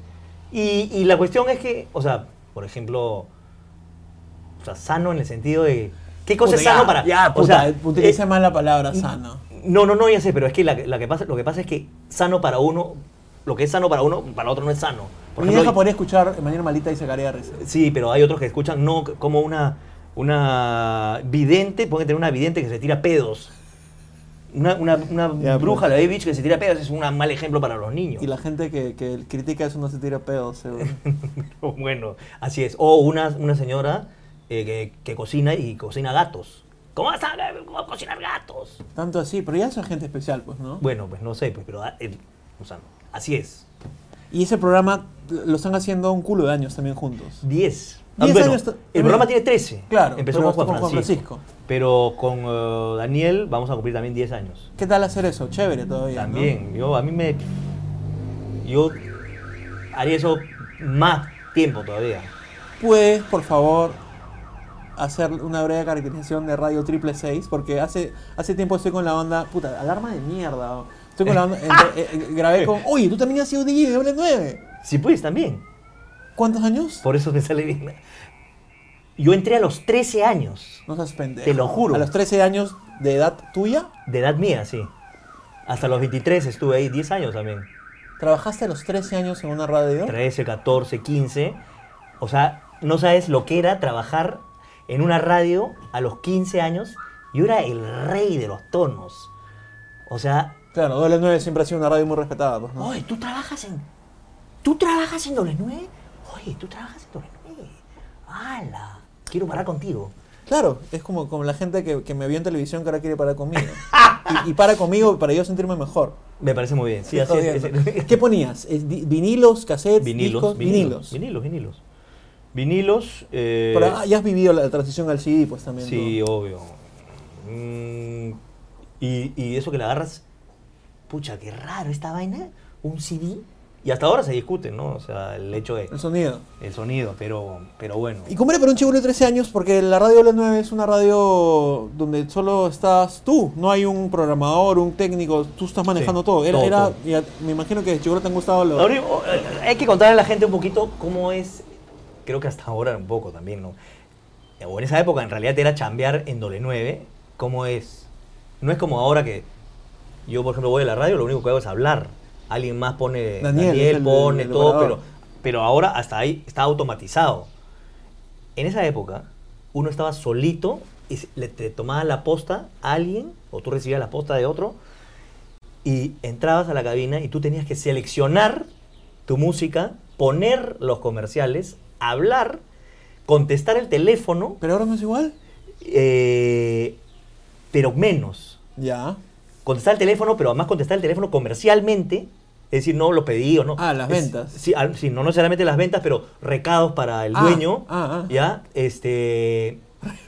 Speaker 2: y, y la cuestión es que, o sea, por ejemplo... O sea, sano en el sentido de... ¿Qué cosa
Speaker 3: Puta,
Speaker 2: es sano
Speaker 3: ya,
Speaker 2: para...?
Speaker 3: Ya,
Speaker 2: o sea,
Speaker 3: puta, utiliza
Speaker 2: eh,
Speaker 3: mal la palabra sano.
Speaker 2: No, no, no, ya sé, pero es que, la, la que pasa, lo que pasa es que sano para uno... Lo que es sano para uno, para otro no es sano. Por
Speaker 3: Mi
Speaker 2: ejemplo,
Speaker 3: hija podría escuchar de manera malita y sacaría de risa.
Speaker 2: Sí, pero hay otros que escuchan, no, c- como una, una vidente, pueden tener una vidente que se tira pedos. Una, una, una
Speaker 3: Ya, pues.
Speaker 2: bruja, la de bitch, que se tira pedos, es un mal ejemplo para los niños.
Speaker 3: Y la gente que, que critica eso no se tira pedos, seguro.
Speaker 2: Bueno, así es. O una, una señora eh, que, que cocina y cocina gatos. ¿Cómo vas a cómo cocinar gatos?
Speaker 3: Tanto así, pero ya eso es gente especial, pues, ¿no?
Speaker 2: Bueno, pues no sé, pues, pero ah, eh, o sea, así es.
Speaker 3: Y ese programa lo están haciendo un culo de años también juntos.
Speaker 2: 10.
Speaker 3: Diez
Speaker 2: Ah, bueno,
Speaker 3: años to- eh,
Speaker 2: el programa tiene 13.
Speaker 3: Claro,
Speaker 2: Empezó
Speaker 3: pero
Speaker 2: con Juan,
Speaker 3: con Juan
Speaker 2: Francisco.
Speaker 3: Francisco.
Speaker 2: Pero con eh, Daniel vamos a cumplir también 10 años.
Speaker 3: ¿Qué tal hacer eso? Chévere todavía. ¿no?
Speaker 2: También, yo a mí me. Yo haría eso más tiempo todavía.
Speaker 3: ¿Puedes, por favor, hacer una breve caracterización de Radio Triple 6? Porque hace, hace tiempo estoy con la banda. Puta, alarma de mierda. oh. Estoy con la banda. entre- eh, eh, grabé con. Oye, tú también has sido DJ de doble 9.
Speaker 2: Si puedes también.
Speaker 3: ¿Cuántos años?
Speaker 2: Por eso me sale bien. Yo entré a los 13 años,
Speaker 3: No seas pendejo.
Speaker 2: Te lo juro.
Speaker 3: A los 13 años de edad tuya,
Speaker 2: de edad mía, sí. Hasta los 23 estuve ahí, 10 años también.
Speaker 3: trabajaste a los 13 años en una radio.
Speaker 2: 13, 14, 15. O sea, no sabes lo que era trabajar en una radio a los 15 años. Yo era el rey de los tonos. O sea,
Speaker 3: Claro, doble 9 siempre ha sido una radio muy respetada. Pues, ¿no?
Speaker 2: Oye, tú trabajas en. ¿Tú trabajas en doble 9? Oye, tú trabajas en doble 9. ¡Hala! Quiero parar contigo.
Speaker 3: Claro, es como, como la gente que, que me vio en televisión que ahora quiere parar conmigo. y, y para conmigo para yo sentirme mejor.
Speaker 2: Me parece muy bien. Sí,
Speaker 3: Estoy
Speaker 2: así es.
Speaker 3: jodiendo.
Speaker 2: es-
Speaker 3: ¿Qué ponías? Eh, di- ¿Vinilos, cassettes,
Speaker 2: Vinilos,
Speaker 3: discos?
Speaker 2: vinilos. Vinilos, vinilos. Vinilos. eh,
Speaker 3: Pero ah, ya has vivido la transición al CD, pues también.
Speaker 2: sí,
Speaker 3: ¿no?
Speaker 2: obvio. Mm, y, y eso que le agarras. Pucha, qué raro esta vaina. Un CD Y hasta ahora se discute, ¿no? O sea, el hecho de
Speaker 3: El sonido.
Speaker 2: el sonido, pero, pero bueno.
Speaker 3: Y como era para un chico de 13 años, porque la radio L9 es una radio donde solo estás tú, no hay un programador, un técnico, tú estás manejando
Speaker 2: Sí,
Speaker 3: todo. Era,
Speaker 2: todo,
Speaker 3: era-
Speaker 2: todo.
Speaker 3: y a- me imagino que de chico te han gustado los...
Speaker 2: Ahora, o- eh, hay que contarle a la gente un poquito cómo es, creo que hasta ahora un poco también, ¿no? O en esa época en realidad era chambear en doble 9, cómo es. No es como ahora que yo, por ejemplo, voy a la radio, lo único que hago es hablar. Alguien más pone,
Speaker 3: Daniel,
Speaker 2: Daniel,
Speaker 3: es el-
Speaker 2: pone
Speaker 3: el
Speaker 2: todo,
Speaker 3: operador.
Speaker 2: pero, pero ahora hasta ahí está automatizado. En esa época, uno estaba solito y se- le te tomaba la posta a alguien, o tú recibías la posta de otro, y entrabas a la cabina y tú tenías que seleccionar tu música, poner los comerciales, hablar, contestar el teléfono,
Speaker 3: Pero ahora no es igual.
Speaker 2: eh, pero menos.
Speaker 3: Ya.
Speaker 2: Contestar el teléfono, pero además contestar el teléfono comercialmente. Es decir, no los pedidos, ¿no?
Speaker 3: Ah, las
Speaker 2: Es-
Speaker 3: ventas.
Speaker 2: Sí, al- sí, no necesariamente las ventas, pero recados para el
Speaker 3: Ah,
Speaker 2: dueño.
Speaker 3: ah, ah.
Speaker 2: ¿Ya? Este.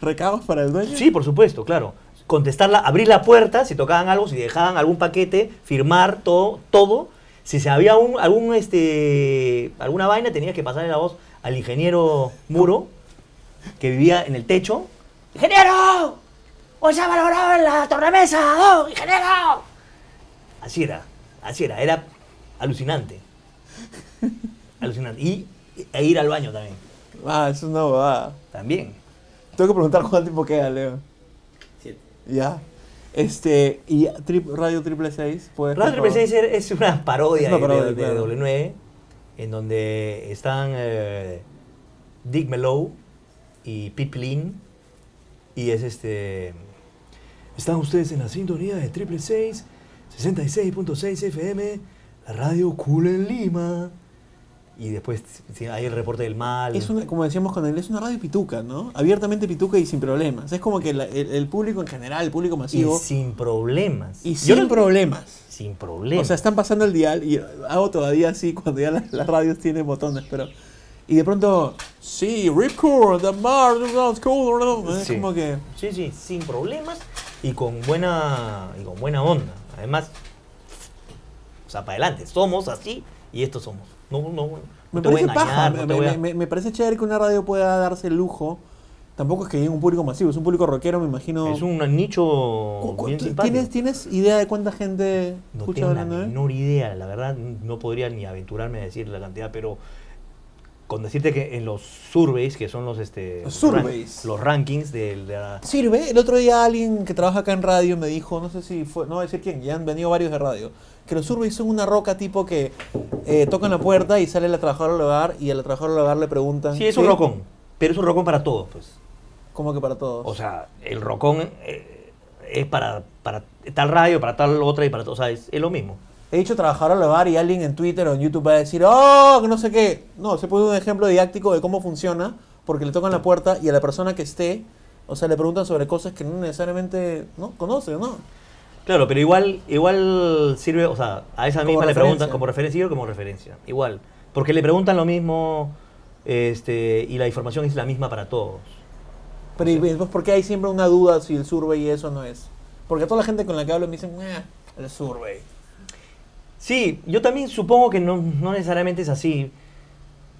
Speaker 3: ¿Recados para el dueño?
Speaker 2: Sí, por supuesto, claro. Contestarla, abrir la puerta, si tocaban algo, si dejaban algún paquete, firmar todo, todo. Si se había un- algún este alguna vaina, tenías que pasarle la voz al ingeniero Muro, que vivía en el techo. ¡Ingeniero! ¡Hoy se ha valorado en la tornamesa! ¡Oh, ingeniero! Así era, así era, era alucinante. Alucinante. Y, e ir al baño también.
Speaker 3: Ah, eso es una bobada.
Speaker 2: También.
Speaker 3: Tengo que preguntar cuánto tiempo queda, Leo. Ya. Este, y tri- Radio Triple 6, pues.
Speaker 2: Radio
Speaker 3: por favor.
Speaker 2: 36 es una parodia,
Speaker 3: Es una
Speaker 2: de- de-
Speaker 3: parodia,
Speaker 2: de,
Speaker 3: claro.
Speaker 2: W9, en donde están eh, Dick Melow y Pip Lin, y es este... Están ustedes en la sintonía de Triple 66.6 FM, la radio cool en Lima. Y después sí, hay el reporte del mal.
Speaker 3: Es una, como decíamos con él, es una radio pituca, ¿no? Abiertamente pituca y sin problemas. Es como que la- el, el público en general, el público
Speaker 2: y
Speaker 3: masivo.
Speaker 2: sin problemas.
Speaker 3: Y
Speaker 2: Yo
Speaker 3: sin
Speaker 2: no-
Speaker 3: problemas.
Speaker 2: Sin problemas.
Speaker 3: O sea, están pasando el dial y hago todavía así cuando ya las, las radios tienen botones, pero. Y de pronto. Sí, Rip Curl, The Mar, The Sounds Cool, ¿no? Es
Speaker 2: Sí.
Speaker 3: como que.
Speaker 2: Sí, sí, sin problemas y con buena y con buena onda. Además, o sea, para adelante, somos así y estos somos. No, no, no
Speaker 3: Me
Speaker 2: te voy a
Speaker 3: parece
Speaker 2: engañar,
Speaker 3: paja,
Speaker 2: no te
Speaker 3: me,
Speaker 2: voy a-
Speaker 3: me- me- me parece chévere que una radio pueda darse el lujo. Tampoco es que llegue un público masivo, es un público rockero, me imagino.
Speaker 2: es un nicho
Speaker 3: Cu- cu-
Speaker 2: bien
Speaker 3: ¿tú-
Speaker 2: simpático.
Speaker 3: ¿Tienes, ¿Tienes idea de cuánta gente
Speaker 2: no
Speaker 3: escucha eh?
Speaker 2: tengo la
Speaker 3: hablando de
Speaker 2: menor idea, la verdad no podría ni aventurarme a decir la cantidad, pero con decirte que en los surveys, que son los este
Speaker 3: Los surveys.
Speaker 2: ran- los rankings del- de la-
Speaker 3: Sirve. El otro día alguien que trabaja acá en radio me dijo, no sé si fue, no voy a decir quién, ya han venido varios de radio, que los surveys son una roca tipo que eh, tocan la puerta y sale la trabajadora del hogar y a la trabajadora del hogar le preguntan.
Speaker 2: Sí, es un
Speaker 3: ¿qué?
Speaker 2: rocón, pero es un rocón para todos, pues.
Speaker 3: Como que para todos.
Speaker 2: O sea, el rocón eh, es para, para tal radio, para tal otra y para todo. O sea, es, es lo mismo.
Speaker 3: He dicho trabajadora del hogar y alguien en Twitter o en YouTube va a decir, oh, que no sé qué. No, se puso un ejemplo didáctico de cómo funciona, porque le tocan la puerta y a la persona que esté, o sea, le preguntan sobre cosas que no necesariamente no conoce, ¿no?
Speaker 2: Claro, pero igual, igual sirve, o sea, a esa
Speaker 3: Como
Speaker 2: misma le preguntan
Speaker 3: referencia.
Speaker 2: como referencia o como referencia. Igual. Porque le preguntan lo mismo este, y la información es la misma para todos.
Speaker 3: Pero ¿y ves por qué hay siempre una duda si el survey eso no es? Porque toda la gente con la que hablo me dicen, "Ah, el survey.
Speaker 2: Sí, yo también supongo que no, no necesariamente es así.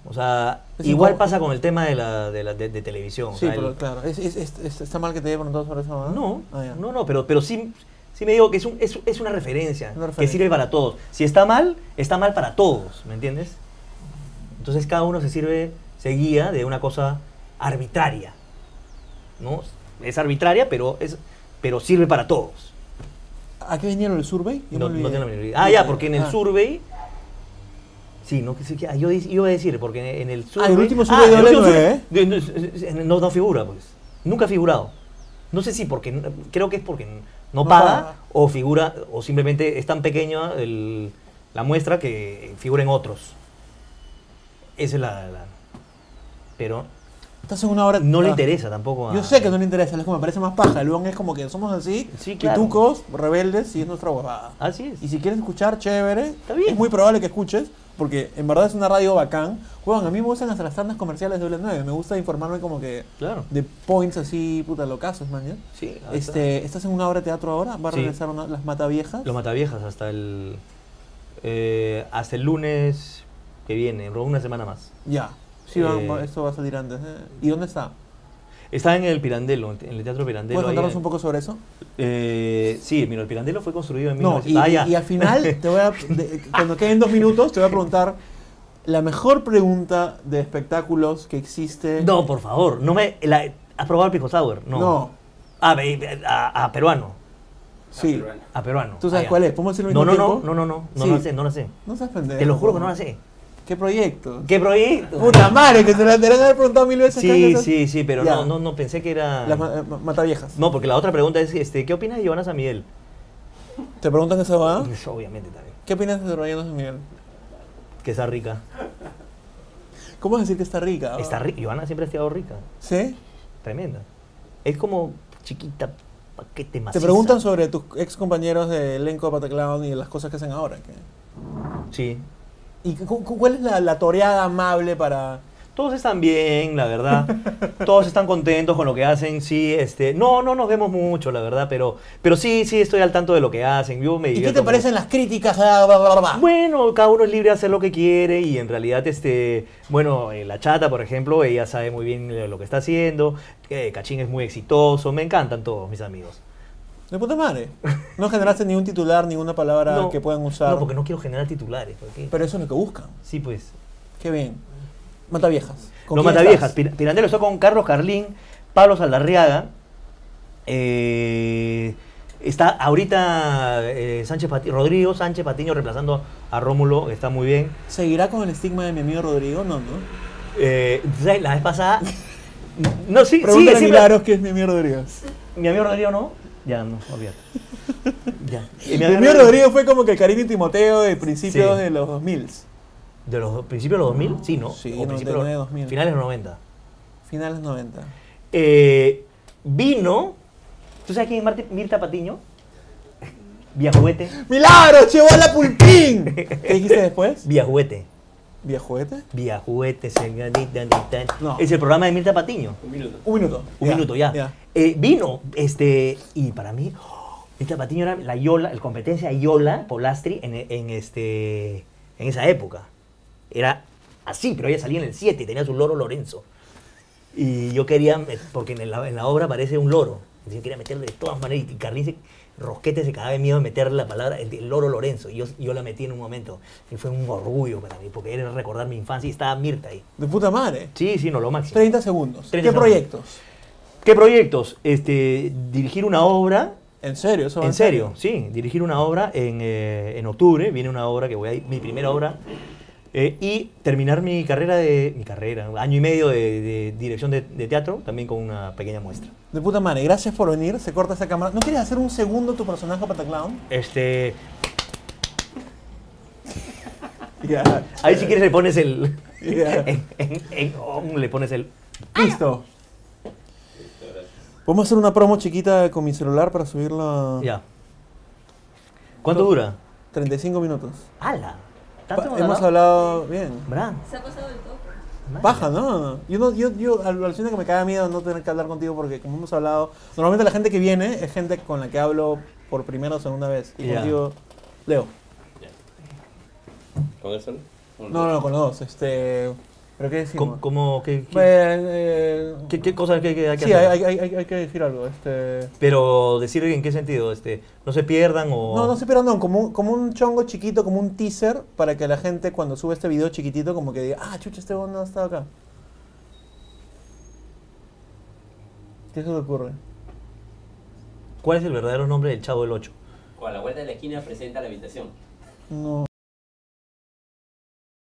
Speaker 2: O sea,
Speaker 3: Es
Speaker 2: igual
Speaker 3: como-
Speaker 2: pasa con el tema de, la, de, la- de- de televisión. o
Speaker 3: Pues sí,
Speaker 2: sea, el-
Speaker 3: pero claro, es- es- es- es- está mal que te haya preguntado sobre eso, ¿no?
Speaker 2: No,
Speaker 3: Ah, ya.
Speaker 2: no, no, pero, pero sí, sí me digo que es, un- es, es una, referencia
Speaker 3: Una referencia.
Speaker 2: que sirve para todos. Si está mal, está mal para todos, ¿me entiendes? Entonces cada uno se sirve, se guía de una cosa arbitraria, ¿no? Es arbitraria, pero, es, pero sirve para todos.
Speaker 3: ¿A qué vinieron el survey? Yo
Speaker 2: No,
Speaker 3: me
Speaker 2: no tengo
Speaker 3: olvidé.
Speaker 2: la menor idea. Ah, ya, porque en el
Speaker 3: Ah.
Speaker 2: survey... Sí, no, que sí, que- ah, yo di- iba a decir, porque en el survey...
Speaker 3: Ah,
Speaker 2: Ah,
Speaker 3: el último survey de ¿eh?
Speaker 2: el último
Speaker 3: W9,
Speaker 2: survey- de- de- No, no figura, pues. Nunca ha figurado. No sé si porque... n- Creo que es porque n- no,
Speaker 3: No
Speaker 2: paga,
Speaker 3: paga.
Speaker 2: o figura, o simplemente es tan pequeña el- la muestra que figuren otros. Esa es la... la- pero
Speaker 3: Estás en una hora.
Speaker 2: no le
Speaker 3: ah.
Speaker 2: interesa tampoco a...
Speaker 3: Yo sé que no le interesa, es como me parece más paja. Luego es como que somos así,
Speaker 2: Sí, claro.
Speaker 3: pitucos, rebeldes y es nuestra huevada.
Speaker 2: Así es.
Speaker 3: Y si quieres escuchar, chévere,
Speaker 2: bien.
Speaker 3: es muy probable que escuches, porque en verdad es una radio bacán. Juegan, a mí me gustan hasta las tandas comerciales de W9, me gusta informarme como que
Speaker 2: Claro.
Speaker 3: de points así, puta, locazos, man. ¿ya?
Speaker 2: Sí, ahí está.
Speaker 3: Este, ¿Estás en una obra de teatro ahora? ¿Va a
Speaker 2: Sí.
Speaker 3: regresar una- las Mataviejas?
Speaker 2: Los Mataviejas hasta el... eh, hasta el lunes que viene, bro, una semana más.
Speaker 3: Ya. Sí, van-
Speaker 2: Eh,
Speaker 3: va- esto va a salir antes. ¿eh? ¿Y dónde está?
Speaker 2: Está en el Pirandelo, en el Teatro Pirandelo.
Speaker 3: ¿Puedes
Speaker 2: ahí
Speaker 3: contarnos
Speaker 2: en-
Speaker 3: un poco sobre eso?
Speaker 2: Eh, sí, mira, el Pirandelo fue construido en
Speaker 3: No,
Speaker 2: 1900.
Speaker 3: y,
Speaker 2: Ah, ya.
Speaker 3: y al final, te voy a, de- cuando queden dos minutos, te voy a preguntar la mejor pregunta de espectáculos que existe.
Speaker 2: No, por favor, no me... la- ¿Has probado el Pisco Sour? No.
Speaker 3: No,
Speaker 2: Ah, ve- ve- a, a peruano.
Speaker 4: Ah,
Speaker 3: sí.
Speaker 2: A peruano.
Speaker 3: ¿Tú sabes
Speaker 2: Ah, ya.
Speaker 3: cuál es? ¿Podemos decirlo al
Speaker 2: No, no,
Speaker 3: mismo
Speaker 2: no,
Speaker 3: tiempo?
Speaker 2: no, no, no, no
Speaker 3: Sí.
Speaker 2: la sé, no la sé.
Speaker 3: No seas pendejo.
Speaker 2: Te lo juro que no la sé.
Speaker 3: ¿Qué proyecto?
Speaker 2: ¿Qué proyecto?
Speaker 3: Puta madre, que te la deberían haber preguntado mil veces. ¿qué
Speaker 2: Sí,
Speaker 3: haces?
Speaker 2: sí, sí, pero
Speaker 3: Ya.
Speaker 2: no, no, no pensé que era...
Speaker 3: Las ma- eh, ma- mataviejas.
Speaker 2: No, porque la otra pregunta es, este, ¿qué opinas de Giovanna San Miguel?
Speaker 3: ¿Te preguntan esa boda?
Speaker 2: Pues, Obviamente también.
Speaker 3: ¿Qué opinas de Rayano San Miguel?
Speaker 2: Que está rica.
Speaker 3: ¿Cómo vas a decir que está rica?
Speaker 2: Está rica. Giovanna siempre ha estado rica.
Speaker 3: ¿Sí?
Speaker 2: Tremenda. Es como chiquita, paquete más.
Speaker 3: Te preguntan sobre tus ex compañeros de elenco de Pataclown y las cosas que hacen ahora. ¿qué?
Speaker 2: Sí.
Speaker 3: ¿Y cu- cu- cuál es la, la toreada amable para.?
Speaker 2: Todos están bien, la verdad. Todos están contentos con lo que hacen. Sí, este, no, no nos vemos mucho, la verdad, pero, pero sí, sí estoy al tanto de lo que hacen. Yo me
Speaker 3: ¿Y qué
Speaker 2: divierto
Speaker 3: te
Speaker 2: mucho.
Speaker 3: parecen las críticas? Ah, bla, bla, bla?
Speaker 2: Bueno, cada uno es libre de hacer lo que quiere y en realidad, este, bueno, eh, la chata, por ejemplo, ella sabe muy bien lo- lo que está haciendo. eh, Cachín es muy exitoso. Me encantan todos mis amigos.
Speaker 3: De puta madre. No generaste ningún titular, ninguna palabra que puedan usar.
Speaker 2: No, porque no quiero generar titulares. ¿por qué?
Speaker 3: Pero eso es lo que buscan.
Speaker 2: sí, pues.
Speaker 3: Qué bien. Mataviejas. ¿Con
Speaker 2: No
Speaker 3: quién
Speaker 2: Mataviejas.
Speaker 3: estás?
Speaker 2: Pir- Pirandello está con Carlos Carlín, Pablo Saldarriaga. eh, está ahorita eh, Sánchez Pati- Rodrigo Sánchez Patiño reemplazando a Rómulo, está muy bien.
Speaker 3: ¿Seguirá con el estigma de mi amigo Rodrigo? No, no.
Speaker 2: Eh, ¿sabes? la vez pasada. No, sí, sí,
Speaker 3: Pregúntale a
Speaker 2: sí,
Speaker 3: Milagros que es mi amigo Rodrigo.
Speaker 2: Mi amigo Rodrigo no. Ya, no, olvídate. Ya. Y
Speaker 3: Mi amigo Rodrigo fue como que el Karina y Timoteo de principios
Speaker 2: Sí.
Speaker 3: de los 2000.
Speaker 2: ¿De los principios de los 2000? Sí, ¿no?
Speaker 3: Sí,
Speaker 2: O principios de
Speaker 3: 99,
Speaker 2: los-
Speaker 3: 2000.
Speaker 2: Finales de los 90.
Speaker 3: Finales 90.
Speaker 2: Eh, vino. ¿Tú sabes quién es Marti- Mirta Patiño? Viajuguete.
Speaker 3: ¡Milagros! ¡Llevó a la pulpín! ¿Qué dijiste después?
Speaker 2: Viajuguete.
Speaker 3: ¿Viajuguete?
Speaker 2: Viajuguete, señorita. ni tan.
Speaker 3: No.
Speaker 2: Es el programa de Mirta Patiño.
Speaker 4: Un minuto.
Speaker 3: Un minuto.
Speaker 2: Un minuto ya. Eh, vino, este, y para mí, oh, Mirta Patiño era la Yola, el competencia Yola Polastri en, en este, en esa época. Era así, pero ella salía en el 7 y tenía su loro Lorenzo. Y yo quería, me- porque en la, en la obra aparece un loro. Entonces yo quería meterle de todas maneras. Y Carlín se, Rosquete se cagaba de miedo de meter la palabra, el, el loro Lorenzo. Y yo, yo la metí en un momento. Y fue un orgullo para mí, porque era recordar mi infancia y estaba Mirta ahí.
Speaker 3: De puta madre.
Speaker 2: Sí, sí, no, lo máximo.
Speaker 3: 30 segundos.
Speaker 2: 30
Speaker 3: ¿Qué
Speaker 2: segundos.
Speaker 3: proyectos?
Speaker 2: ¿Qué proyectos? Este, dirigir una obra.
Speaker 3: ¿En serio? ¿Eso va
Speaker 2: En serio, sí. Dirigir una obra en, eh, en octubre. Viene una obra que voy a mi primera obra. eh, y terminar mi carrera de. Mi carrera, un año y medio de, de dirección de, de teatro, también con una pequeña muestra.
Speaker 3: De puta madre. Gracias por venir. Se corta esa cámara. ¿No quieres hacer un segundo tu personaje Pataclown?
Speaker 2: Este.
Speaker 3: Ya.
Speaker 2: Ahí si quieres le pones el.
Speaker 3: Ya.
Speaker 2: en- en- en on, le pones el.
Speaker 3: Listo. Ah, Vamos a hacer una promo chiquita con mi celular para subirla a
Speaker 2: Ya. ¿Cuánto dura?
Speaker 3: 35 minutos.
Speaker 2: ¡Hala!
Speaker 3: Pa-
Speaker 2: ¿Tanto
Speaker 3: hemos hablado bien.
Speaker 2: Bran,
Speaker 1: Se ha pasado el toque.
Speaker 2: man.
Speaker 3: Baja, ¿no? Yo, no, yo, yo al al cine que me caga miedo no tener que hablar contigo porque como hemos hablado, normalmente la gente que viene es gente con la que hablo por primera o segunda vez. Y
Speaker 2: Ya.
Speaker 3: contigo, Leo.
Speaker 4: ¿Con eso? ¿Con
Speaker 3: No, no, con los dos. Este, ¿Pero qué decimos?
Speaker 2: ¿Cómo, cómo- qué, qué,
Speaker 3: Eh, eh,
Speaker 2: qué- qué cosas que, que hay que
Speaker 3: sí,
Speaker 2: hacer?
Speaker 3: hay, hay- hay- hay que decir algo. Este,
Speaker 2: Pero decir en qué sentido, este, no se pierdan o.
Speaker 3: No, no sé, pero no, como un, como un chongo chiquito, como un teaser para que la gente cuando sube este video chiquitito como que diga, ah, chucha, este bono no ha estado acá. ¿Qué se te ocurre?
Speaker 2: ¿Cuál es el verdadero nombre del Chavo del 8?
Speaker 4: Con la vuelta de la esquina presenta la habitación.
Speaker 3: No.